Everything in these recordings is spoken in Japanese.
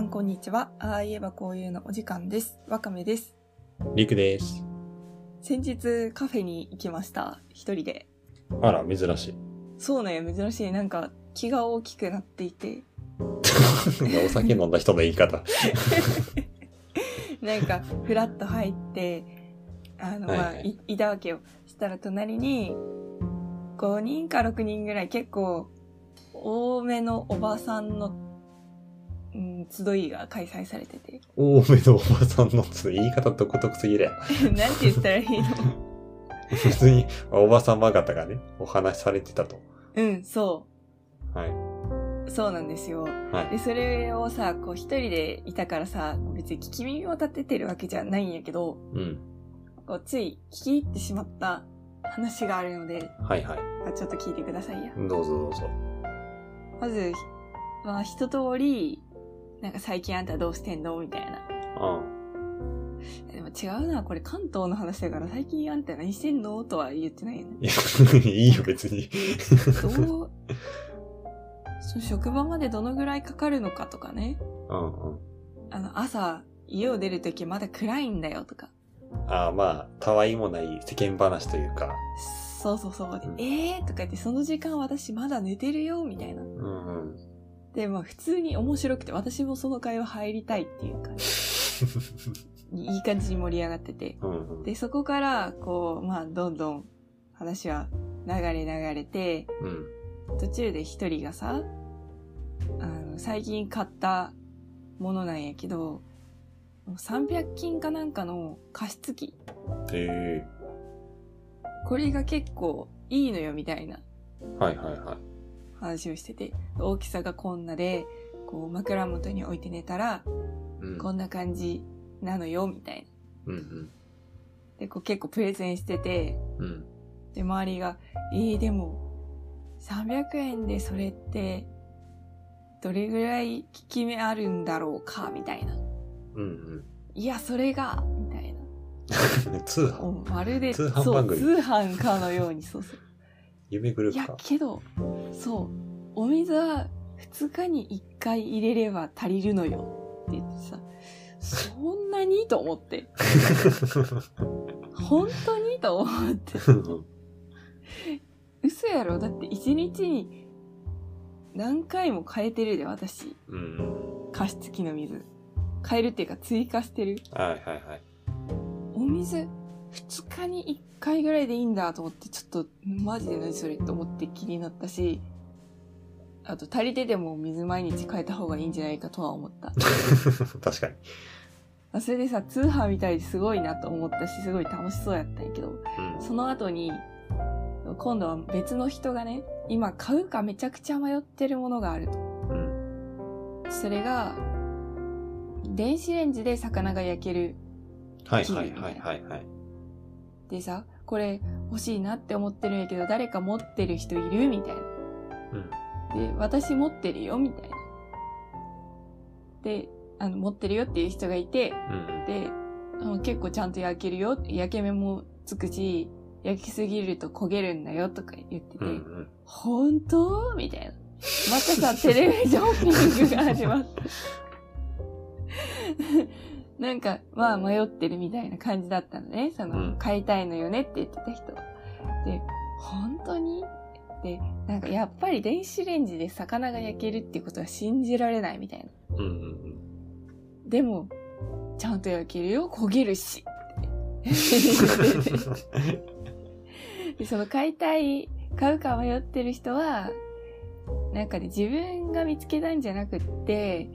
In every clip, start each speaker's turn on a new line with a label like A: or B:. A: ん、こんにちは。ああ言えばこういうのお時間です。わかめです。
B: りくです。
A: 先日カフェに行きました。一人で。
B: あら、珍しい。
A: そうね、珍しい。なんか気が大きくなっていて。
B: お酒飲んだ人の言い方。
A: なんか、ふらっと入って、あの、
B: はい
A: ま
B: は
A: あ、
B: い
A: いいたわけよ。したら隣に、5人か6人ぐらい結構、多めのおばさんの、うん、集いが開催されて て。
B: 多めのおばさんの言い方独特すぎるやん。
A: なんて言ったらいい の
B: 別に、おばさま方がね、お話しされてたと。
A: うん、そ
B: はい。
A: う。そうなんですよ。
B: はい。
A: で、それをさ、こう一人でいたからさ、別に聞き耳を立ててるわけじゃないんやけど、
B: うん。
A: こうつい聞き入ってしまった話があるので、
B: はいはい。
A: まあちょっと聞いてくださいや。
B: どうぞどうぞ。
A: まず、まあ一通り、なんか最近あんたどうしてんのみたいな。
B: あ
A: でも違うな、これ関東の話だから最近あんた何してんのとは言ってないよね。
B: いやいいよ、別に。
A: どう、その職場までどのぐらいかかるのかとかね。
B: うんうん。
A: あの朝、家を出るときまだ暗いんだよとか。
B: ああ、まあ、たわいもない世間話というか。
A: そうそうそう。でえーとか言って、その時間私まだ寝てるよ、みたいな。
B: うんうん。
A: で、まあ普通に面白くて、私もその会話入りたいっていうか、いい感じに盛り上がってて。
B: うんうん。
A: で、そこから、こう、まあどんどん話は流れ流れて、
B: うん。
A: 途中で一人がさ、あの、最近買ったものなんやけど、300均かなんかの加湿器。
B: え
A: これが結構いいのよ、みたいな。
B: えはいはいはい。
A: 話をしてて大きさがこんなでこう枕元に置いて寝たら
B: うん。
A: こんな感じなのよみたいな
B: うん
A: でこう結構プレゼンしてて
B: うん。うん。
A: で周りが「えー、でも300円でそれってどれぐらい効き目あるんだろうか」みたいな
B: うん
A: 「いやそれが」みたいな
B: うん。通販
A: おまるで
B: 通販番組
A: そう通販かのようにそうそう
B: 夢グル
A: い
B: ープ
A: や
B: か。
A: けどそうお水は2日に1回入れれば足りるのよって言ってさそんなにと思って本当にと思って 嘘やろだって1日に何回も変えてるで私
B: うんうん。
A: 加湿器の水変えるっていうか追加してる
B: はいはい はい。
A: お水2日に1回ぐらいでいいんだと思ってちょっとマジで何それと思って気になったしあと足りてても水毎日変えた方がいいんじゃないかとは思った
B: 確かに。
A: あそれでさ通販みたいですごいなと思ったしすごい楽しそうやったんやけどその後に今度は別の人がね今買うかめちゃくちゃ迷ってるものがあると
B: うん。うん。
A: それが電子レンジで魚が焼ける
B: はいはいはいはいはい。
A: でさこれ欲しいなって思ってるんやけど誰か持ってる人いるみたいな
B: うん。
A: で、私持ってるよ、みたいな。で、あの、持ってるよっていう人がいて、
B: うん。
A: で、うん結構ちゃんと焼けるよ、焼け目もつくし、焼きすぎると焦げるんだよとか言ってて、
B: うんうん。
A: 本当みたいな。またさ、テレビショッピングが始まった。 なんか、まあ迷ってるみたいな感じだったのね。その、
B: うん
A: 買いたいのよねって言ってた人。で、本当にで、なんかやっぱり電子レンジで魚が焼けるってことは信じられないみたいな。
B: うんうん
A: でも、ちゃんと焼けるよ、焦げる し。でその買いたい買うか迷ってる人はなんかね自分が見つけたんじゃなくって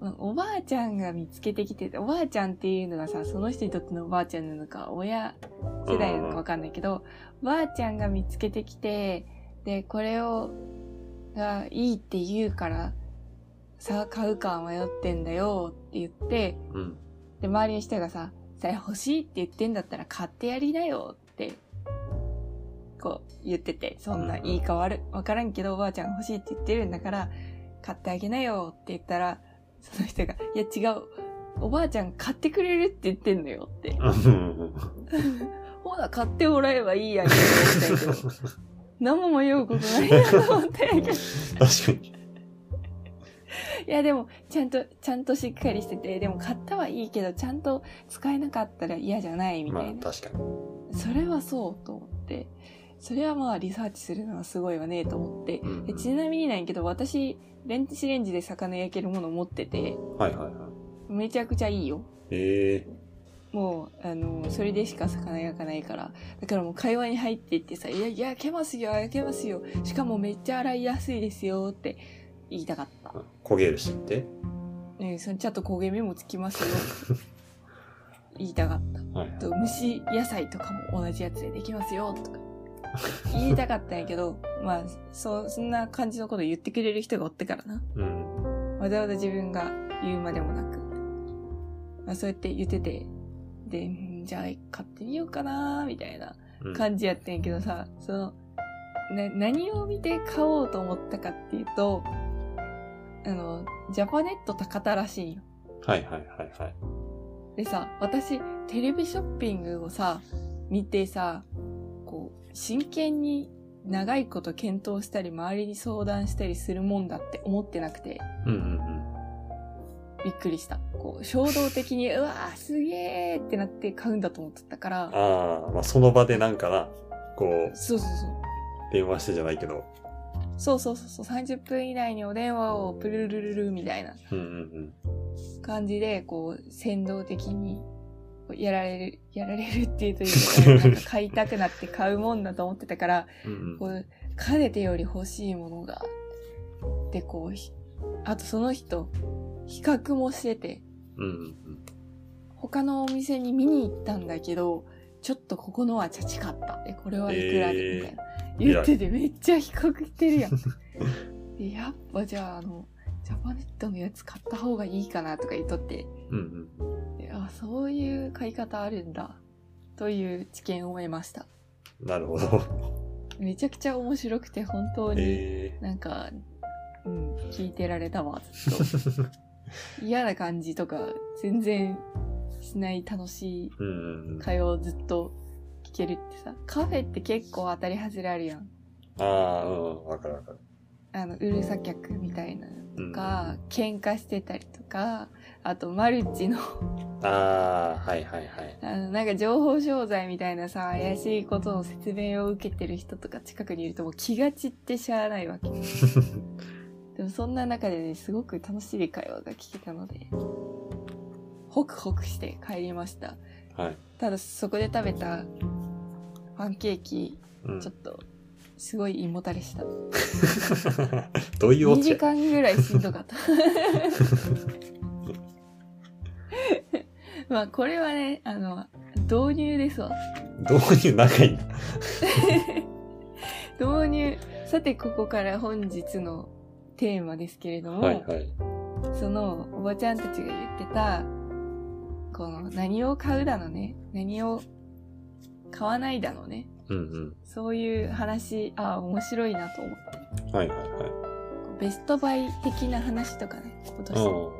A: まおばあちゃんが見つけてきてておばあちゃんっていうのがさその人にとってのおばあちゃんなのか親世代なのかわかんないけどおばあちゃんが見つけてきてでこれをがいいって言うからさあ買うか迷ってんだよって言って
B: うん。
A: で周りの人がさ「それ欲しいって言ってんだったら買ってやりなよ」ってこう言っててそんな
B: うんうん
A: いいか悪いわからんけどおばあちゃん欲しいって言ってるんだから買ってあげなよって言ったらその人が「いや違うおばあちゃん買ってくれるって言ってんのよ」って
B: うん。
A: 「ほら買ってもらえばいいやんけ」って言ったけ ど何も迷うことないなと思って
B: 確かに。
A: いやでも、ちゃんと、ちゃんとしっかりしてて、でも買ったはいいけど、ちゃんと使えなかったら嫌じゃないみ
B: ま
A: た
B: あ
A: いな。
B: 確かに。
A: それはそうと思って。それはまあリサーチするのはすごいわねと思って。
B: うん
A: でちなみになんやけど、私、電子レンジで魚焼けるもの持ってて、
B: はいはいはい。
A: めちゃくちゃいいよ。
B: ええ
A: もう、あの、それでしか魚焼かないから。だからもう会話に入っていってさ、いや、焼けますよ、焼けますよ。しかもめっちゃ洗いやすいですよって言いたかった。
B: 焦げるしって。
A: ね、そのちゃんと焦げ目もつきますよって言いたかった。
B: はいはい
A: あと蒸し野菜とかも同じやつでできますよとか言いたかったんやけど まあそうそんな感じのこと言ってくれる人がおってからな
B: うん。
A: わざわざ自分が言うまでもなく、まあ、そうやって言っててでうんじゃあ買ってみようかなみたいな
B: うん
A: 感じやったんやけどさそのな何を見て買おうと思ったかっていうとあのジャパネット高田らしいんよ
B: はいはいはいはい。
A: でさ、私、テレビショッピングをさ、見てさ、こう、真剣に長いこと検討したり、周りに相談したりするもんだって思ってなくて、
B: うんうん
A: びっくりした。こう、衝動的に、うわー、すげーってなって買うんだと思ってたか
B: うん。
A: ら、
B: ああ、まあその場でなんかな、こう、
A: そうそうそう。
B: 電話してじゃないけど。
A: そうそうそうそう、30分以内にお電話をプルルルルルみたいな
B: うんうん
A: 感じで、こう、先導的に、やられる、やられるっていうというか、なんか買いたくなって買うもんだと思ってたから、
B: うん。うんう
A: こ
B: ん。
A: うかねてより欲しいものがでこうひあとその人比較もしてて
B: うんうん
A: 他のお店に見に行ったんだけどちょっとここのはチャチかったでこれはいくらで
B: えー
A: みたいな、言っててめっちゃ比較してるやんでやっぱじゃああのジャパネットのやつ買った方がいいかなとか言っとって
B: うんうん。
A: であそういう買い方あるんだという知見を得ました
B: なるほど。
A: めちゃくちゃ面白くて本当に、
B: え
A: なんか、うん、聞いてられたわ、ずっと。 嫌な感じとか、全然しない楽しい
B: えうんうんうん。
A: 会話をずっと聞けるってさ、カフェって結構当たり外れあるやん。
B: ああ、うん、わかるわかる。
A: あの、うるさ客みたいなの
B: うん、
A: とか、喧嘩してたりとか、あとマルチの、
B: ああ、はいはいはい。
A: あの、なんか情報商材みたいなさ、怪しいことの説明を受けてる人とか近くにいるともう気が散ってしゃあないわけ。でもそんな中でね、すごく楽しい会話が聞けたので、ホクホクして帰りました。
B: はい。
A: ただそこで食べたパンケーキ、
B: うん
A: ちょっと、すごい胃もたれした。
B: どういうオ
A: 2
B: チ
A: 時間ぐらいしんどかった。 まあこれはね、あの、導入ですわ。
B: どういう仲いいんだ
A: 導入。さてここから本日のテーマですけれども、
B: はいはい。
A: そのおばちゃんたちが言ってた、この何を買うだのね、何を買わないだのね、
B: うん
A: そういう話、ああ、面白いなと思って。
B: うん。はいはいはい。
A: ベストバイ的な話とかね、今年
B: う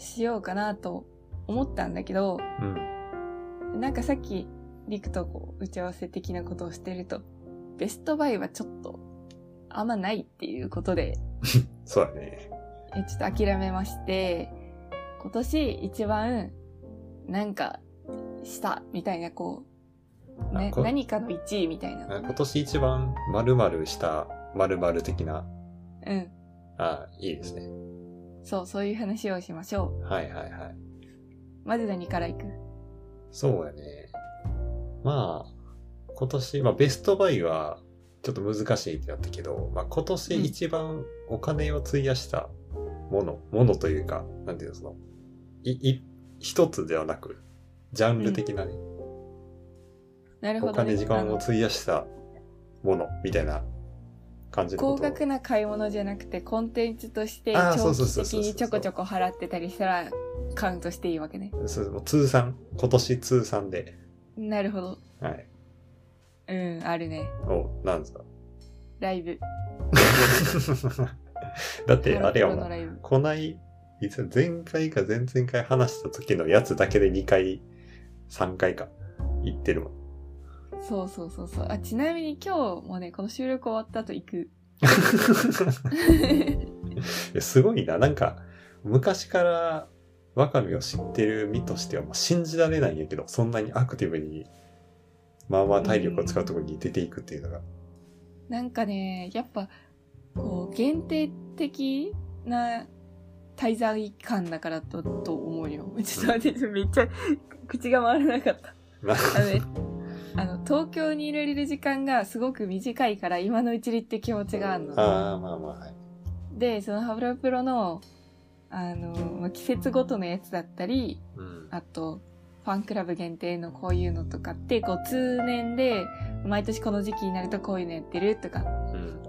A: しようかなと思ったんだけど、
B: ん。うん。
A: なんかさっき、リクとこう打ち合わせ的なことをしてると、ベストバイはちょっと、あんまないっていうことで、
B: そうだね。
A: えちょっと諦めまして、今年一番、なんか、した、みたいな、こう、ね
B: あ、こ
A: 何かの1位みたいな。
B: あ今年一番丸々した丸々的な、
A: うん。
B: あいいですね。
A: そう、そういう話をしましょ
B: はいはいはい。
A: う。まず何からいく
B: そうやね。まあ、今年、まあベストバイはちょっと難しいってなったけど、まあ今年一番お金を費やしたもの、ものというか、なんていうの、その、い、い、一つではなく、ジャンル的なね、
A: なるほ
B: お
A: ど、ね。
B: 金時間を
A: あの
B: 費やしたもの、みたいな感じのこ
A: 高
B: とを
A: 額な買い物じゃなくて、コンテンツとして、
B: あーそ
A: 長
B: うそ
A: 期
B: うそう
A: 的
B: そうそう
A: にちょこちょこ払ってたりしたら、カウントしていいわけね。
B: そうもう通算、今年通算で、
A: なるほど。
B: はい。
A: うん、あるね。
B: お、なん ですか
A: ライブ。
B: だって、あれやも
A: ハロプロの
B: ん。
A: ライブ。
B: こない、いつ前回か前々回話した時のやつだけで2回、3回か、行ってるもん。
A: そうそうそうそう。あ、ちなみに今日もね、この収録終わった後行く
B: いやすごいな。なんか、昔からワカメを知ってる身としては、まあ、信じられないんやけど、そんなにアクティブに、まあまあ体力を使うところに出ていくっていうのが。
A: なんかね、やっぱ、こう、限定的な滞在感だからだと思うよ。ちょっと待って、めっちゃ口が回らなかった。
B: まあ
A: あの ね、あの、東京にいられる時間がすごく短いから、今のうちにって気持ちがあるの。
B: ああ、まあまあ、はい。
A: で、そのハブラプロの、あの、まあ季節ごとのやつだったり、
B: うん。
A: あと、ファンクラブ限定のこういうのとかって、こう、通年で、毎年この時期になるとこういうのやってるとか、
B: うん。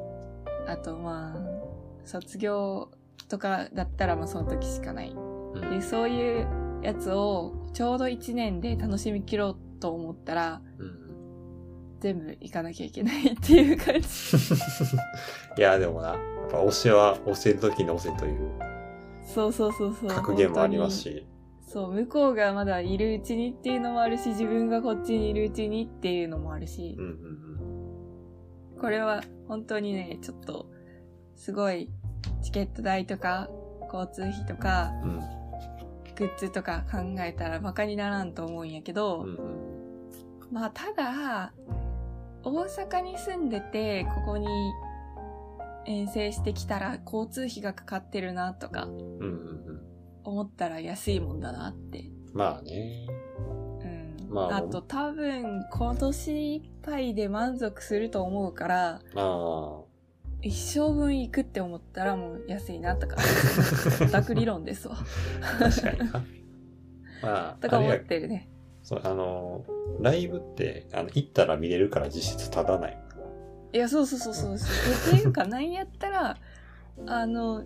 A: あとまあ、卒業とかだったらまあその時しかない。
B: う
A: で、
B: ん。
A: そういうやつをちょうど1年で楽しみきろうと思ったら、
B: うん、
A: 全部行かなきゃいけないっていう感じ。
B: いや、でもな、やっぱ推しは推せる時の推せという
A: そうそうそう そう。
B: 格言もありますし。
A: 本当に。そう、向こうがまだいるうちにっていうのもあるし、自分がこっちにいるうちにっていうのもあるし
B: うん、うん
A: これは本当にね、ちょっと、すごい、チケット代とか、交通費とか、
B: うん。うん
A: グッズとか考えたらバカにならんと思うんやけど、
B: うんうん。
A: まあただ大阪に住んでてここに遠征してきたら交通費がかかってるなとか
B: うんうんうん。
A: 思ったら安いもんだなって。
B: まあね。
A: うん
B: まあ
A: あと多分今年いっぱいで満足すると思うから
B: まあ。
A: 一生分行くって思ったらもう安いなとかオタク理論ですわ
B: 確かにな。まあ、
A: とか
B: あれ
A: 思
B: や
A: ってるね
B: そう、あの、ライブって、あの、行ったら見れるから実質立たない。
A: いや、そうそうそうそうそう。っていうか、なんやったら、あの、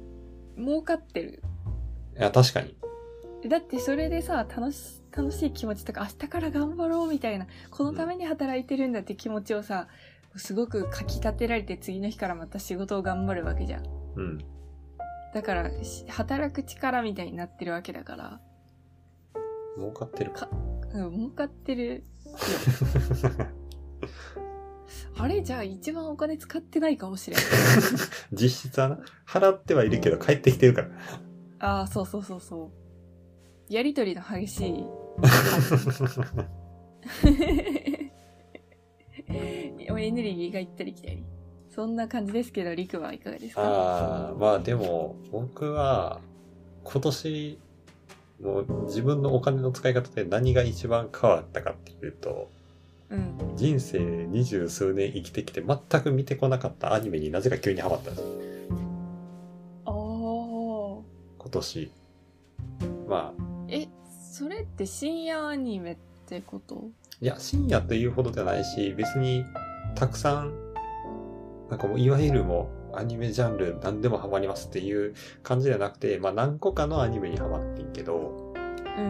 A: 儲かってる。
B: いや、確かに。
A: だってそれでさ、楽し、楽しい気持ちとか、明日から頑張ろうみたいな、このために働いてるんだって気持ちをさ、すごくかき立てられて次の日からまた仕事を頑張るわけじゃん。
B: うん。
A: だから、し働く力みたいになってるわけだから、
B: 儲かってるか。
A: うん、儲かってる。あれ じゃあ一番お金使ってないかもしれん。
B: 実質はな、払ってはいるけど帰ってきてるから。
A: ああ、そうそうそうそう。やりとりの激しいエネルギーが行ったり来たり。そんな感じですけど、りくはいかがですか
B: ああ、まあでも、僕は、今年、もう自分のお金の使い方で何が一番変わったかっていうと、
A: うん。
B: 人生二十数年生きてきて全く見てこなかったアニメになぜか急にハマったんです
A: おー。
B: 今年。まあ、
A: え、それって深夜アニメってこと
B: いや、深夜というほどではないし、別にたくさん、なんかもういわゆるもうアニメジャンル何でもハマりますっていう感じじゃなくて、まあ何個かのアニメにハマってんけど、
A: う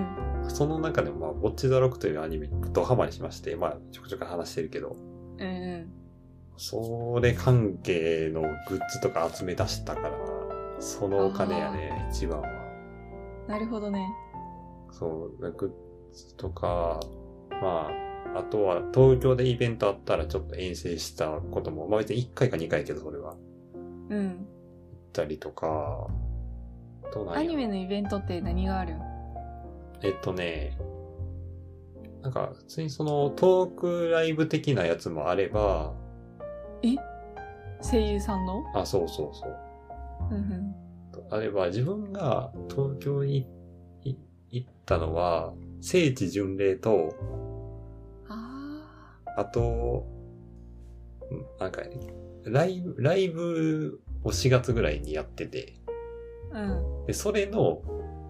A: ん。
B: その中でもまあ、ウォッチザロックというアニメにドハマりしまして、まあちょくちょく話してるけど、
A: うんうん。
B: それ関係のグッズとか集め出したから、そのお金やね、一番は。
A: なるほどね。
B: そう、グッズとか、まあ、あとは東京でイベントあったらちょっと遠征したことも、まあ別に1回か2回やけどそれは、行っ
A: うん。
B: たりとか、どうなんや
A: アニメのイベントって何があるの
B: えっとね、なんか普通にそのトークライブ的なやつもあれば、
A: 声優さんの
B: あ、そうそうそう。
A: うんうん。
B: あれば自分が東京にい行ったのは、聖地巡礼と、
A: あ
B: あと、うんなんか、ライブ、ライブを4月ぐらいにやってて、
A: ー。うん。
B: で、それの、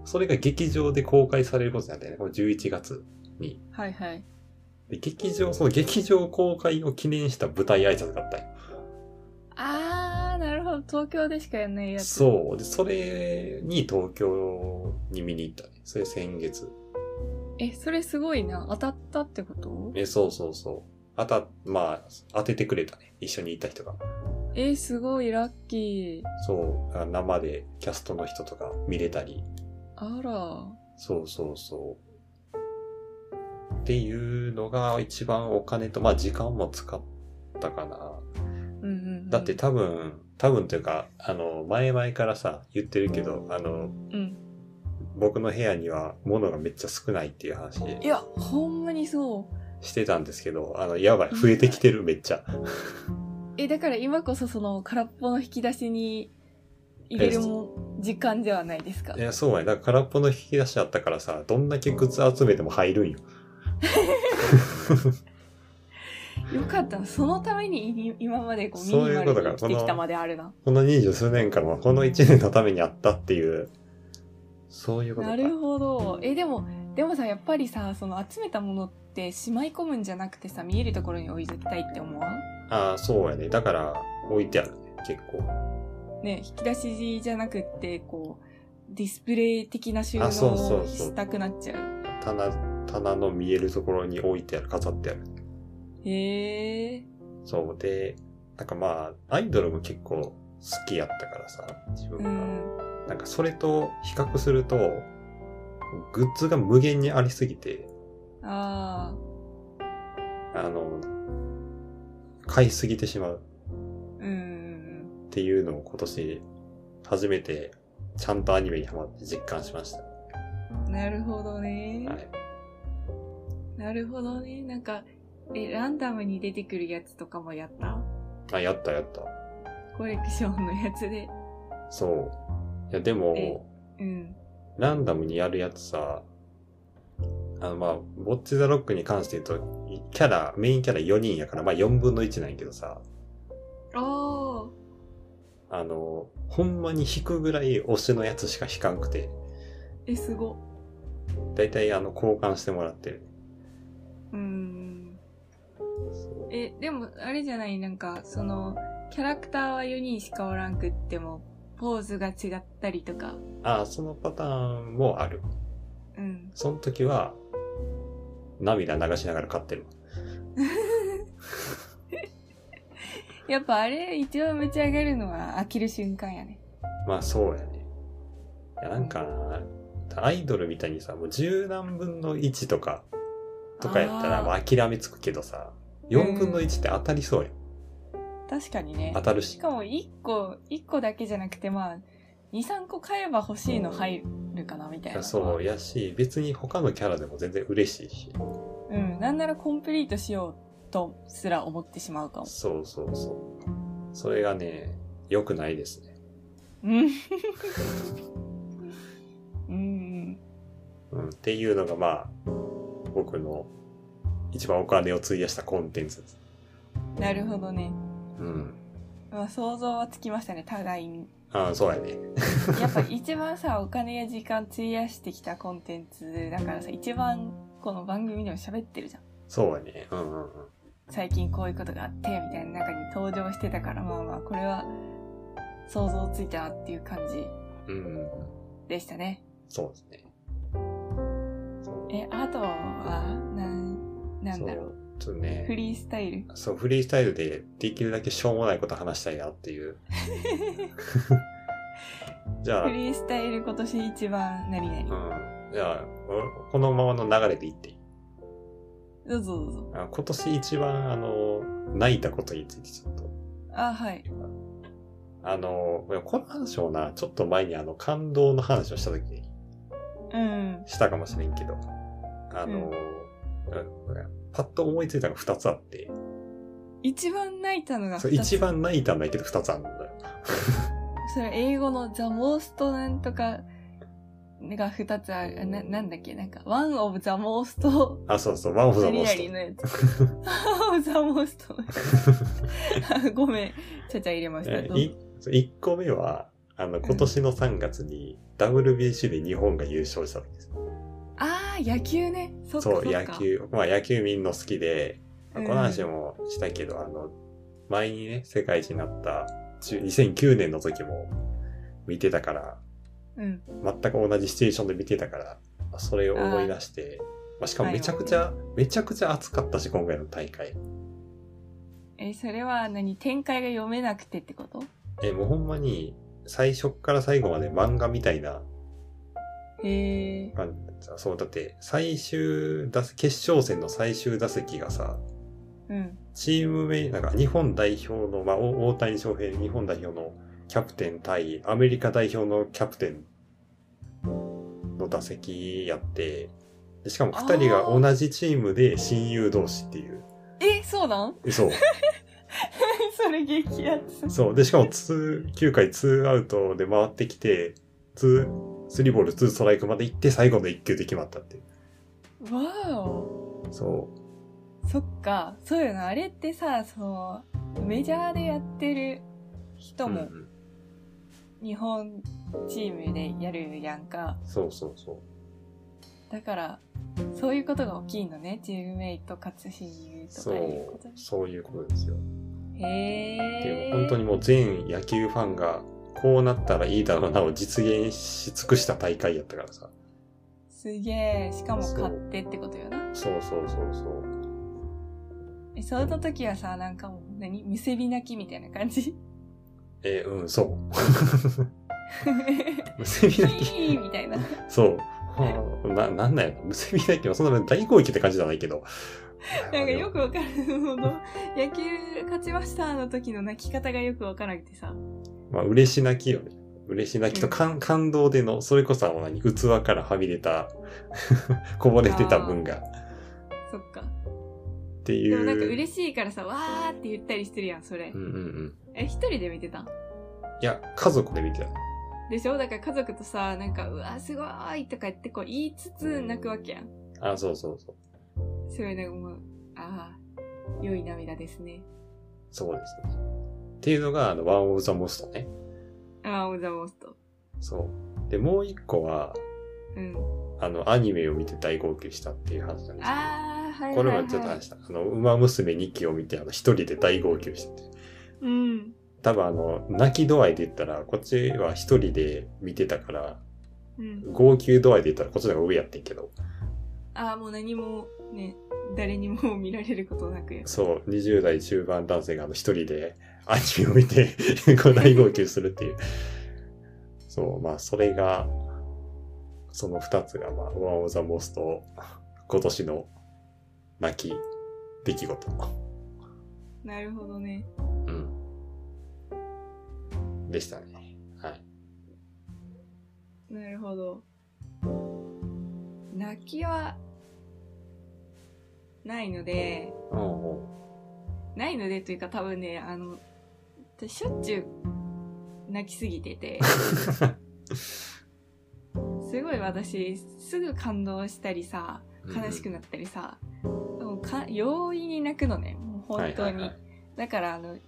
B: それが劇場で公開されることになったよね、この11月に。
A: はいはい。
B: で、劇場、その劇場公開を記念した舞台挨拶があったんよ。
A: あー、なるほど。東京でしかやんないやつ。
B: そう。で、それに東京に見に行ったね。それ先月。
A: え、それすごいな。当たったってこと
B: え、そうそうそう。あた、まあ、当ててくれたね。一緒に行った人が。
A: え、すごいラッキー。
B: そう。あ生でキャストの人とか見れたり。
A: あら。
B: そうそうそう。っていうのが一番お金と、まあ時間も使ったかな。
A: うんうんうん。
B: だって多分、多分というか、あの、前々からさ、言ってるけど、あの、
A: うん。
B: 僕の部屋には物がめっちゃ少ないっていう話
A: いや、ほんまにそう。
B: してたんですけど、あの、やばい、増えてきてる、めっちゃ。
A: え、だから今こそその空っぽの引き出しに入れるも時間ではないですか
B: い。や、そうやね。だから空っぽの引き出しあったからさ、どんだけグッズ集めても入るんよ。
A: よかったな。そのためにい今までこうミニ
B: そういう
A: マ
B: こ
A: ル
B: と
A: に
B: か
A: 生きてきたまであるな。
B: この二十数年間は、この一年のためにあったっていう、そういうこと
A: な
B: か。
A: るほど。え、でも、でもさ、やっぱりさ、その集めたものってしまい込むんじゃなくてさ、見えるところに置いときたいって思わん
B: ああ、そうやね。だから、置いてあるね、結構。
A: ね、引き出しじゃなくって、こう、ディスプレイ的な収納
B: あそうそう
A: を
B: そう
A: したくなっちゃう。
B: 棚、棚の見えるところに置いてある、飾ってある。
A: へえ。
B: そうで、なんかまあ、アイドルも結構好きやったからさ、自分
A: う
B: が。
A: ん。
B: なんかそれと比較すると、グッズが無限にありすぎて、
A: ああ。
B: あの、買いすぎてしまう
A: うん。
B: っていうのを今年、初めて、ちゃんとアニメにハマって実感しました。
A: なるほどね。
B: はい。
A: なるほどね。なんか、え、ランダムに出てくるやつとかもやった
B: あ、やったやった。
A: コレクションのやつで。
B: そう。いや、で
A: え
B: も、
A: うん。
B: ランダムにやるやつさ、あの、まあ、ボッチザロックに関して言うと、キャラ、メインキャラ4人やから、まあ4分の1なんやけどさ、
A: ああ。
B: あの、ほんまに引くぐらい推しのやつしか引かんくて、
A: え、すご。
B: だいたいあの、交換してもらってる。
A: うん。
B: そう
A: え、でも、あれじゃないなんか、その、キャラクターは4人しかおらんくっても、ポーズが違ったりとか。
B: あ、そのパターンもある。
A: うん。
B: その時は、涙流しながら買ってる。
A: やっぱあれ、一番持ち上げるのは飽きる瞬間やね。
B: まあそうやね。いやなんかな、アイドルみたいにさ、もう十何分の1とか、とかやったら、
A: あー
B: まあ諦めつくけどさ、4分の1って当たりそうや、ん。
A: 確かにね
B: 当。たる
A: し
B: し。
A: かも1個、1個だけじゃなくて、まあ、2、3個買えば欲しいの入るかな、みたい
B: い
A: な。
B: やそう。やし、別に他のキャラでも全然嬉しいし。
A: うん。なんならコンプリートしようとすら思ってしまうかも。
B: そうそうそう。それがね、良くないですね。
A: うん。 うん。
B: うん。っていうのがまあ、僕の一番お金を費やしたコンテンツです。
A: なるほどね。
B: うん。
A: まあ、想像はつきましたね、互いに。
B: ああ、そうやね。
A: やっぱ一番さ、お金や時間費やしてきたコンテンツだからさ、一番この番組でも喋ってるじゃん。
B: そうやね。うんうんうん。
A: 最近こういうことがあって、みたいな中に登場してたから、まあまあ、これは想像ついたなっていう感じ
B: うんうんうん。
A: でしたね。
B: そうですね。そう
A: え、あとは、なん、なんだろう。
B: う。ちょっと
A: フ
B: ね、
A: リースタイ ル。
B: そう、フリースタイルでできるだけしょうもないこと話したいなっていう。じゃあ、
A: フ
B: うん。
A: リースタイル今年一番何々。
B: じゃあ、おこのままの流れでいっていい
A: どうぞどうぞ。
B: あ今年一番、あの、泣いたことについてちょっと。
A: あ、はい。
B: あの、この話をな、ちょっと前にあの、感動の話をした時に
A: うん。
B: したかもしれんけど、あの、うんパッと思いついたのが2つあって、
A: 一番泣いたのが
B: そう
A: 二つ
B: 一番泣いたんだけど2つあるんだよ。
A: それ英語の The Most なんとかが二つある。な、なんだっけなんか、One of the Most
B: あ、そうそう、ワンオブザ
A: 何
B: モ
A: 々
B: スト。
A: のやつ。One of the Most あ。ごめん。ちゃちゃ入れました。どうぞ
B: い1個目は、あの、今年の3月に WBC で日本が優勝した時です。
A: あー、野球ね。そっか
B: そ
A: そっ
B: う、
A: か。
B: 野。球、まあ野球みんな好きで、まあ
A: うん
B: この話もしたけど、あの、前にね、世界一になった10 2009年の時も見てたから、
A: うん。
B: 全く同じシチュエーションで見てたから、まあそれを思い出して、まあ、しかもめちゃくちゃ、めちゃくちゃ暑かったし、今回の大会。
A: え、それは何展開が読めなくてってこと
B: え、もうほんまに、最初から最後まで漫画みたいな
A: へえ。
B: あそうだって最終打席決勝戦の最終打席がさ
A: ううん。
B: チームメイなんか日本代表の、まあ、お大谷翔平日本代表のキャプテン対アメリカ代表のキャプテンの打席やって、でしかも2人が同じチームで親友同士っていう。
A: え、そうなん
B: そう。
A: それ激アツ。
B: そう。で、しかもツー9回2アウトで回ってきて、2、3ボール2ストライクまで行って最後の1球で決まったっていう。
A: わお。
B: そ
A: そっか。そうよな。あれってさ、その、メジャーでやってる
B: う。
A: 人
B: う
A: も
B: んうん
A: 日本チームでやるやんか。
B: そうそうそう。
A: だから、そういうことが大きいのね。チームメイト、かつ親友と
B: そ
A: かいうこ
B: う
A: と。
B: そういうことですよ。
A: へ
B: で
A: え。
B: 本当にもう全野球ファンがこうなったらいいだろうなを実現し尽くした大会やったからさ
A: すげえ。しかも買ってってことよな。
B: そうそうそうそう
A: え、そういった時はさ、なんかもう何むせび泣きみたいな感じ
B: えーうん そう
A: キー
B: 結び泣き
A: みたいな。
B: そうはあななんなんやろ結び泣きはそんな大攻撃って感じじゃないけど
A: なんかよくわかる。その、野球勝ちましたの時の泣き方がよくわからなくてさ。
B: まあ嬉し泣きよね嬉し泣きと感感動でのそれこそあの何器からはみ出た こぼれてた分が
A: そっか。
B: ってい
A: で
B: う
A: もなんか
B: しい
A: 嬉しいからさ、わーって言ったりしてるやん、それ。
B: うんうんうん
A: え、一人で見てたん
B: いや家族で見てた
A: でしょだから家族とさ、なんか、うわーすごーいとか言ってこう言いつつ泣くわけやん。
B: あそうそうそう
A: それなんかもう、ああ、良い涙ですね。
B: そうですね。っていうのが、あの、ワンオブザモストね。
A: ああ、オーザモースト。
B: そう。で、もう一個は、
A: うん。
B: あの、アニメを見て大号泣したっていう話なんです
A: ああ、はい
B: けど、こ
A: はい、はい。
B: れはちょっと話した。あの、馬娘2期を見て、あの、一人で大号泣してて。
A: うん。
B: 多分あの、泣き度合いで言ったら、こっちは一人で見てたから、
A: うん。
B: 号泣度合いで言ったらこっちの方が上やってんけど、
A: ああ、もう何も、ね、誰にも見られることなくや。
B: そう、20代中盤男性があの、一人でアニメを見て、こう大号泣するっていう。そう、まあ、それが、その二つが、まあ、ワンオブザモスト、今年の泣き出来事。
A: なるほどね。
B: うん。でしたね。はい。
A: なるほど。泣きは、ないので、
B: うんうん。
A: ないのでというか多分ね、あの、私しょっちゅう泣きすぎて て、すごい私、すぐ感動したりさ、悲しくなったりさ、もうか容易に泣くのね、もう本当に。
B: はいはいはい
A: だからあの、い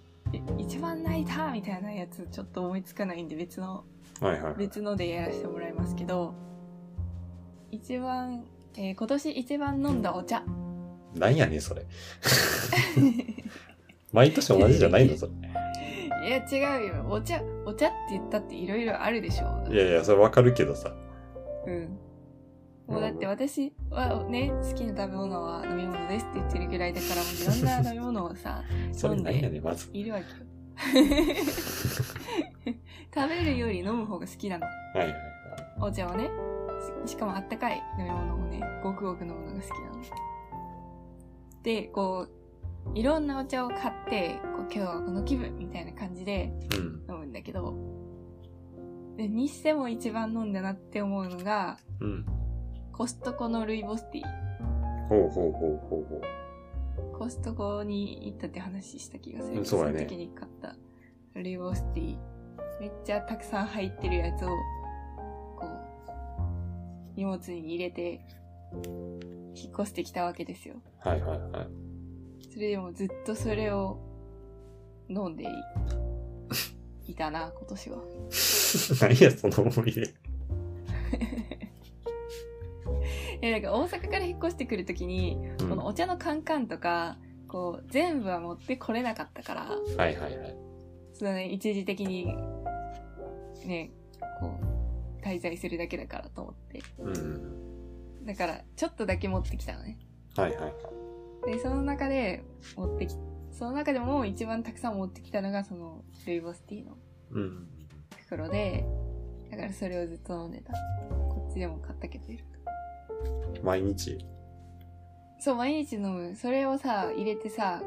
A: 一番泣いたみたいなやつちょっと思いつかないんで別の、
B: はいはいはい。
A: 別のでやらせてもらいますけど、一番、えー今年一番飲んだお茶。
B: なんやねん、それ。毎年同じじゃないの、それ。
A: いや違うよ、お茶、お茶って言ったっていろいろあるでしょ。
B: いやいや、それわかるけどさ。
A: うん。もうだって私はね、好きな食べ物は飲み物ですって言ってるぐらいだから、もういろんな飲み物を さ、
B: それ
A: 飲ん
B: な
A: で
B: んやねん、まず。
A: いるわけよ。 食べるより飲む方が好きなの。
B: はいはい。
A: お茶をね。ししかもあったかい飲み物をね、ごくごく飲むのが好きなの。で、こう、いろんなお茶を買って、こう今日はこの気分みたいな感じで
B: うん。
A: 飲むんだけど、で、にしても一番飲んだなって思うのが、
B: うん。
A: コストコのルイボスティー。
B: ほうほうほうほうほう。
A: コストコに行ったって話した気がするけ
B: うん
A: ど。
B: そうだね
A: の時に買ったルイボスティー。めっちゃたくさん入ってるやつを、こう、荷物に入れて、引っ越してきたわけですよ。
B: はいはいはい。
A: それでもずっとそれを飲んでいいたな、今年は。
B: 何やその思い出。
A: え、なんか大阪から引っ越してくるときに、
B: うん
A: このお茶のカンカンとか、こう、全部は持ってこれなかったから、
B: はいはいはい。
A: そのね、一時的に、ね、こう、滞在するだけだからと思って。
B: うん。
A: だから、ちょっとだけ持ってきたのね。
B: はいはいはい。
A: で、その中で、持ってき、その中でも一番たくさん持ってきたのが、その、ルイボスティーの
B: うん。
A: 袋で、だからそれをずっと飲んでた。こっちでも買ったけどいる。
B: 毎日。
A: そう、毎日飲む。それをさ、入れてさ、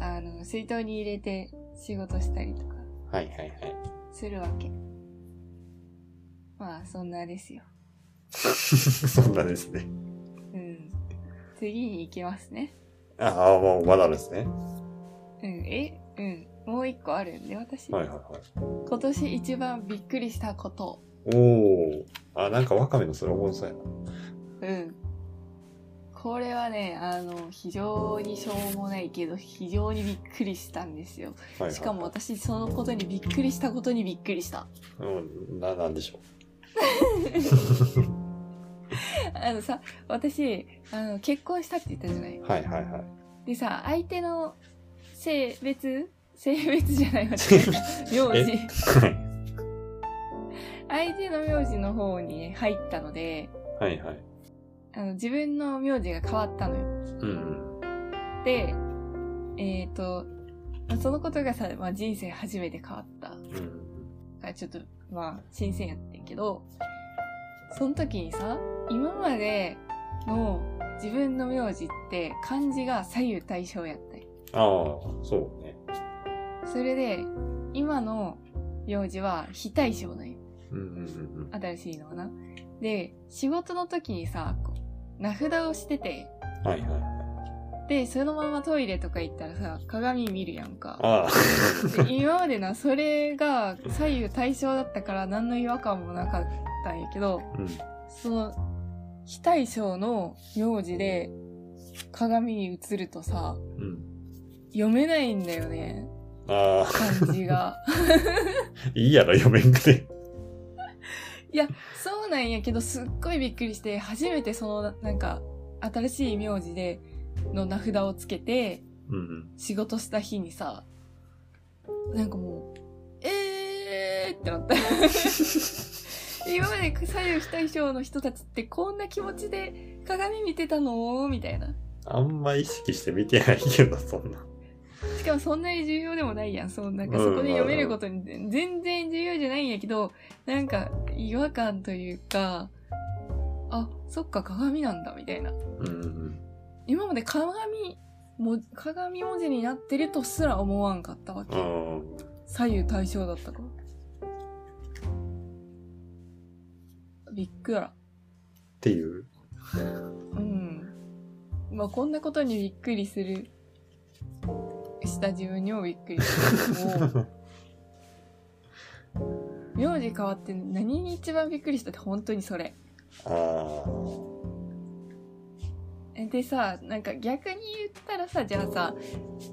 A: あの、水筒に入れて仕事したりとか
B: はいはい はい。
A: するわけ。まあ、そんなですよ。
B: そんなですね。
A: うん。次に行きますね。
B: ああ、もうまだあるんですね。
A: うん、え、うん。もう一個あるんで、私。
B: はいはいはい。
A: 今年一番びっくりしたこと。
B: おお。あ、なんかワカメのそれ思いそうやな。
A: うん。これはね、あの、非常にしょうもないけど、非常にびっくりしたんですよ。
B: はいはい
A: しかも。私、そのことにびっくりしたことにびっくりした。
B: うん、な、なんでしょ。
A: あのさ、私、あの、結婚したって言ったじゃないう
B: はいはいはい。
A: でさ、相手の性別性別じゃない わ。違う名字。
B: は
A: 相手の名字の方に入ったので、
B: い。はいはい。
A: あの、自分の名字が変わったのよ。
B: うん
A: で、えっ、と、まあそのことがさ、まあ、人生初めて変わったか
B: うん。うん。
A: ら、ちょっと、まあ、新鮮やってんけど、その時にさ、今までの自分の名字って漢字が左右対称やったんよ
B: ああ、そうね。
A: それで、今の名字は非対称なんよ。
B: うんうん
A: 新しいのはな。で、仕事の時にさ、こう、名札をしてて、
B: うん。はいはい。
A: で、そのままトイレとか行ったらさ、鏡見るやんか。
B: ああ。
A: で今までなそれが左右対称だったから何の違和感もなかったんやけど
B: うん。
A: その非対称の名字で鏡に映るとさ
B: うん。
A: 読めないんだよね
B: ああ、
A: 漢字が
B: いいやろ、読めんくて。
A: いやそうなんやけどすっごいびっくりして初めてそのなんか新しい名字での名札をつけて
B: うん。
A: 仕事した日にさなんかもうえーってなった 今まで左右非対称の人たちってこんな気持ちで鏡見てたのみたいな
B: あんま意識して見てないけど、そんな。
A: しかもそんなに重要でもないやんそのなんか
B: うん
A: そこで読めることに全然重要じゃないんやけどなんか違和感というかあそっか鏡なんだみたいな
B: うんうん。
A: 今まで鏡も鏡文字になってるとすら思わんかったわけ
B: うん。
A: 左右対称だったかびっくら。
B: っていう。
A: うん。まあ、こんなことにびっくりする。した自分にもびっくりする。 もう名字変わって何に一番びっくりしたって本当にそれ。
B: ああ。
A: でさ、なんか逆に言ったらさ、じゃあさ、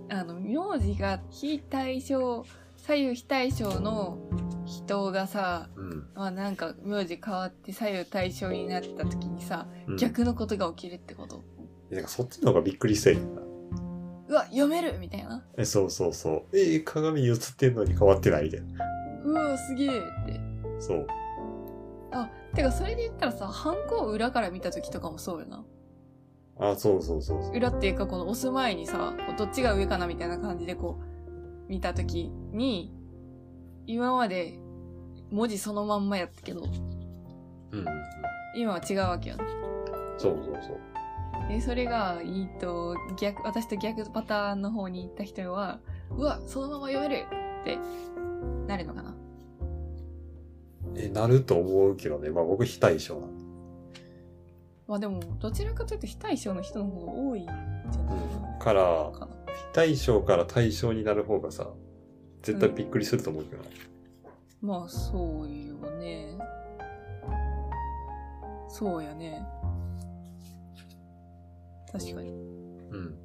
A: あの、名字が非対称、左右非対称の人がさ、
B: うん。
A: まあなんか名字変わって左右対称になった時にさ、
B: うん。
A: 逆のことが起きるってこと
B: なんかそっちの方がびっくりせえへんな。
A: うわ読めるみたいな
B: え、そうそうそう。え、鏡に映ってんのに変わってないみたいな。
A: うわすげえって
B: そう。
A: あてかそれで言ったらさハンコを裏から見た時とかもそうよな
B: あ、そうそうそうそう。
A: 裏っていうかこの押す前にさこうどっちが上かなみたいな感じでこう見た時に今まで文字そのまんまやったけど
B: うんうんうん。
A: 今は違うわけよね
B: そうそうそう。
A: でそれがいいと逆私と逆パターンの方に行った人はうわそのまま読めるってなるのかな
B: え、なると思うけどね。まあ僕非対称なんで。
A: まあでも、どちらかというと非対称の人の方が多いんじゃない
B: から
A: の、かな。
B: 非対称から対称になる方がさ、絶対びっくりすると思うけど。
A: まあ、そうよね。そうやね。確かに。
B: うん。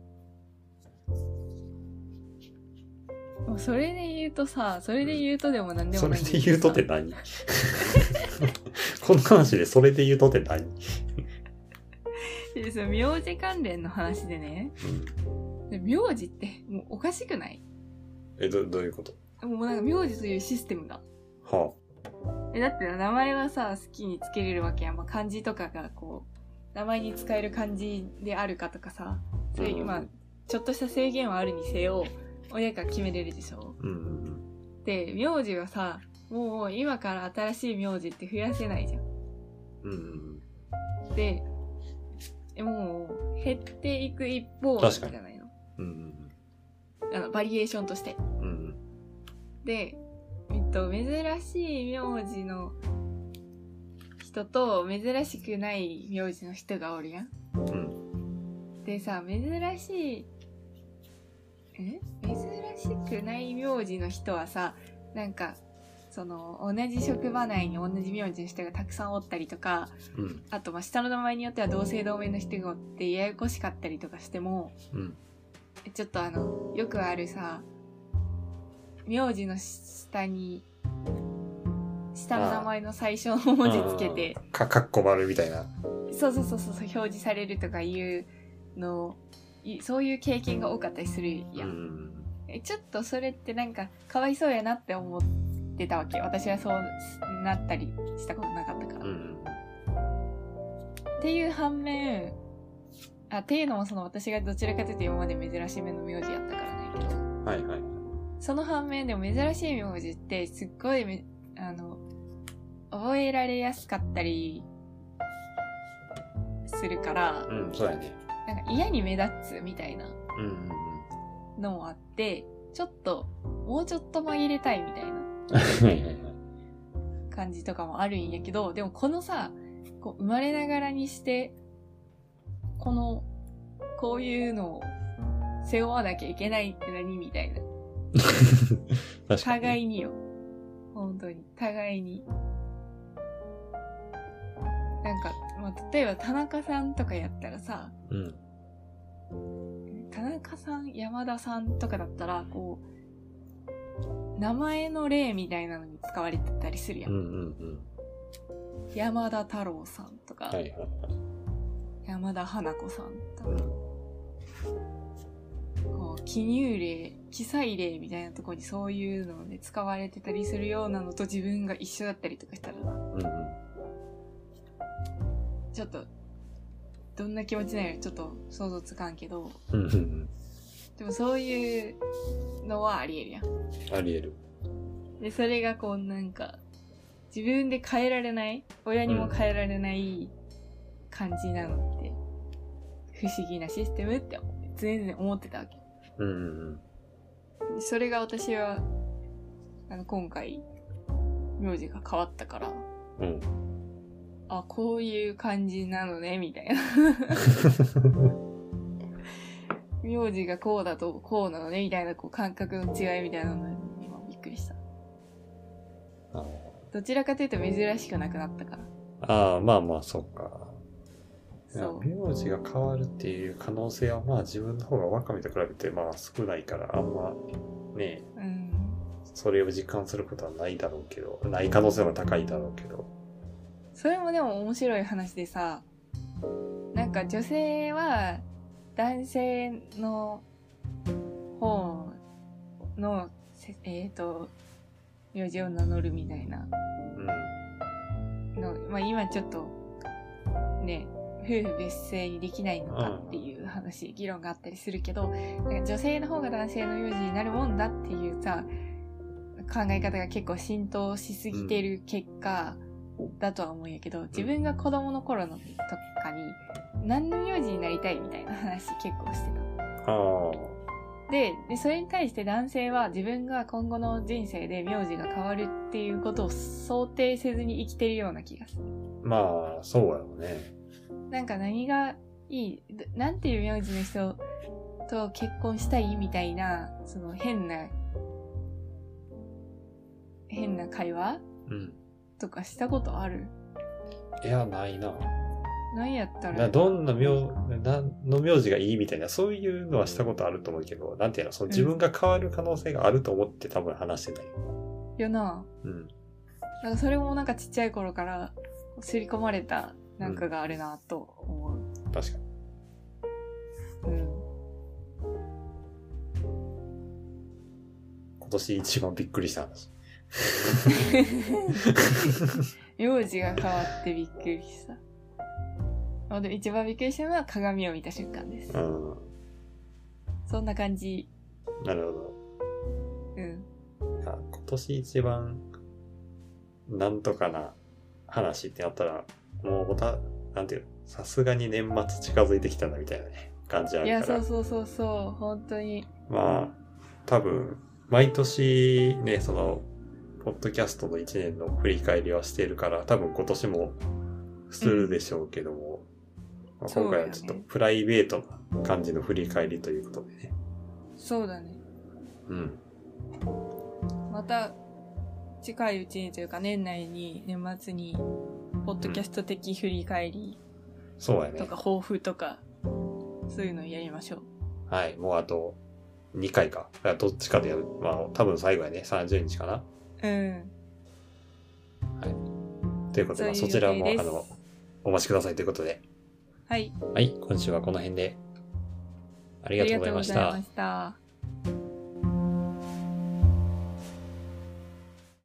A: まあそれで言うとさ、それで言うとでも何でも
B: そ
A: な
B: れ
A: いんだ
B: で
A: けどさ。
B: 言うとっ て何 この話でそれで言うとって何
A: でその名字関連の話でね。
B: うん
A: で名字ってもうおかしくない
B: え、ど、どういうこと
A: もうなんか名字というシステムが。
B: は
A: えだって名前はさ好きにつけれるわけやん、まあ、漢字とかがこう名前に使える漢字であるかとかさそういう、
B: うん
A: まあちょっとした制限はあるにせよ親が決めれるでしょ
B: あ。うん。
A: で名字はさもう今から新しい名字って増やせないじゃん
B: うん。
A: でもう減っていく一方なんじゃないの
B: うん
A: あのバリエーションとして。
B: うんうん
A: で、えっと、珍しい名字の人と珍しくない名字の人がおるやん。
B: うんうん
A: でさ、珍しい、え珍しくない名字の人はさ、なんか、その、同じ職場内に同じ名字の人がたくさんおったりとか、
B: うん
A: あと、まあ、下の名前によっては同姓同名の人がおって、ややこしかったりとかしても、
B: うん
A: ちょっとあの、よくあるさ、名字の下に、下の名前の最初の文字つけて、
B: かかっこ丸みたいな
A: そうそうそうそう、表示されるとかいうのいそういう経験が多かったりするや
B: うん
A: ん。
B: うん
A: えちょっとそれってなんか、かわいそうやなって思ってたわけ。私はそうなったりしたことなかったから。
B: うんう
A: っ
B: ん
A: ていう反面、あ、っていうのもその私がどちらかというと今まで珍しめの名字やったからないけど。
B: うんはいはい
A: その反面でも珍しい名字ってすっごいめあの覚えられやすかったりするから
B: うんそうやね
A: なんか嫌に目立つみたいな
B: うんうん
A: のもあってちょっともうちょっと紛れたいみたいな
B: うんはいはいはい
A: 感じとかもあるんやけどでもこのさこう生まれながらにしてこのこういうのを背負わなきゃいけないって何みたいな
B: 確かにね
A: 互いによ。本当に。互いに。なんか、まあ、例えば田中さんとかやったらさ、
B: うん
A: 田中さん、山田さんとかだったら、こう、名前の例みたいなのに使われてたりするや
B: うん
A: ん。
B: うんうん
A: 山田太郎さんとか、
B: はいはいはい
A: 山田花子さんと
B: う
A: か、
B: ん
A: こう記入例、記載例みたいなところにそういうので使われてたりするようなのと自分が一緒だったりとかしたら、
B: うんうん
A: ちょっと、どんな気持ちなのかちょっと想像つかんけど、
B: うんうんうん
A: でもそういうのはありえるやん。
B: ありえる
A: で、それがこうなんか、自分で変えられない、親にも変えられない感じなのって、不思議なシステムって全然思ってたわけ。
B: うんうん
A: でそれが私は、あの、今回、名字が変わったから、
B: うん うん
A: あ、こういう感じなのね、みたいな。名字がこうだとこうなのねみたいなこう感覚の違いみたいなのに今びっくりした
B: あー
A: どちらかというと珍しくなくなったから
B: ああまあまあそうかいや
A: そう
B: 名字が変わるっていう可能性はまあ自分の方がワカメと比べてまあ少ないからあんまね
A: うん
B: それを実感することはないだろうけどない可能性は高いだろうけど
A: それもでも面白い話でさなんか女性は男性の方のせえっ、と名字を名乗るみたいな
B: う
A: のまあ今ちょっとね夫婦別姓にできないのかっていう話、議論があったりするけどなんか女性の方が男性の名字になるもんだっていうさ考え方が結構浸透しすぎてる結果だとは思うんやけど、自分が子供の頃の時とかに何の名字になりたいみたいな話結構してた。
B: んあ
A: ででそれに対して男性は自分が今後の人生で名字が変わるっていうことを想定せずに生きてるような気がする。
B: あまあそうやろうね
A: なんか何がいい、どなんていう名字の人と結婚したいみたいな、その変な、変な会話
B: うん
A: とかしたことある
B: いやないな
A: 何やった
B: な
A: ら、
B: どんな名なんの名字がいいみたいなそういうのはしたことあると思うけどなんていうのその自分が変わる可能性があると思って多分話してない
A: よな。
B: うん
A: なんかそれもなんかちっちゃい頃から刷り込まれたなんかがあるなと思う。
B: 確か
A: うん。
B: 今年一番びっくりした話
A: 名字が変わってびっくりした。あでも一番びっくりしたのは鏡を見た瞬間です
B: う。ん
A: そんな感じ。
B: なるほど
A: うん。
B: あ今年一番なんとかな話ってなったらもうボタなんていうのさすがに年末近づいてきたなみたいなね、感じあ
A: い
B: る
A: や
B: か
A: そ
B: ら
A: う。そうそうそう本当に
B: まあ、多分、毎年ね、その、ポッドキャストの1年の振り返りはしているから、多分今年もするでしょうけども、まあ
A: そう
B: 今
A: だ
B: 回
A: よ
B: は
A: ね
B: ちょっとプライベートな感じの振り返りということでね。
A: そうだね
B: うん。
A: また近いうちにというか年内に年末にポッドキャスト的振り返り
B: そうやね
A: と。か抱負とかそういうのやりましょう
B: はい。もうあと2回か。あどっちかでやる。まあ、多分最後やね。30日かな。
A: うん
B: ということで、ま
A: そ
B: あ
A: う
B: そ
A: いう
B: ちらも
A: 予定で
B: あ
A: す
B: の、お待ちくださいということで。
A: はい
B: はい。今週はこの辺で。あ
A: あ
B: りがとうございました。
A: りがとうございました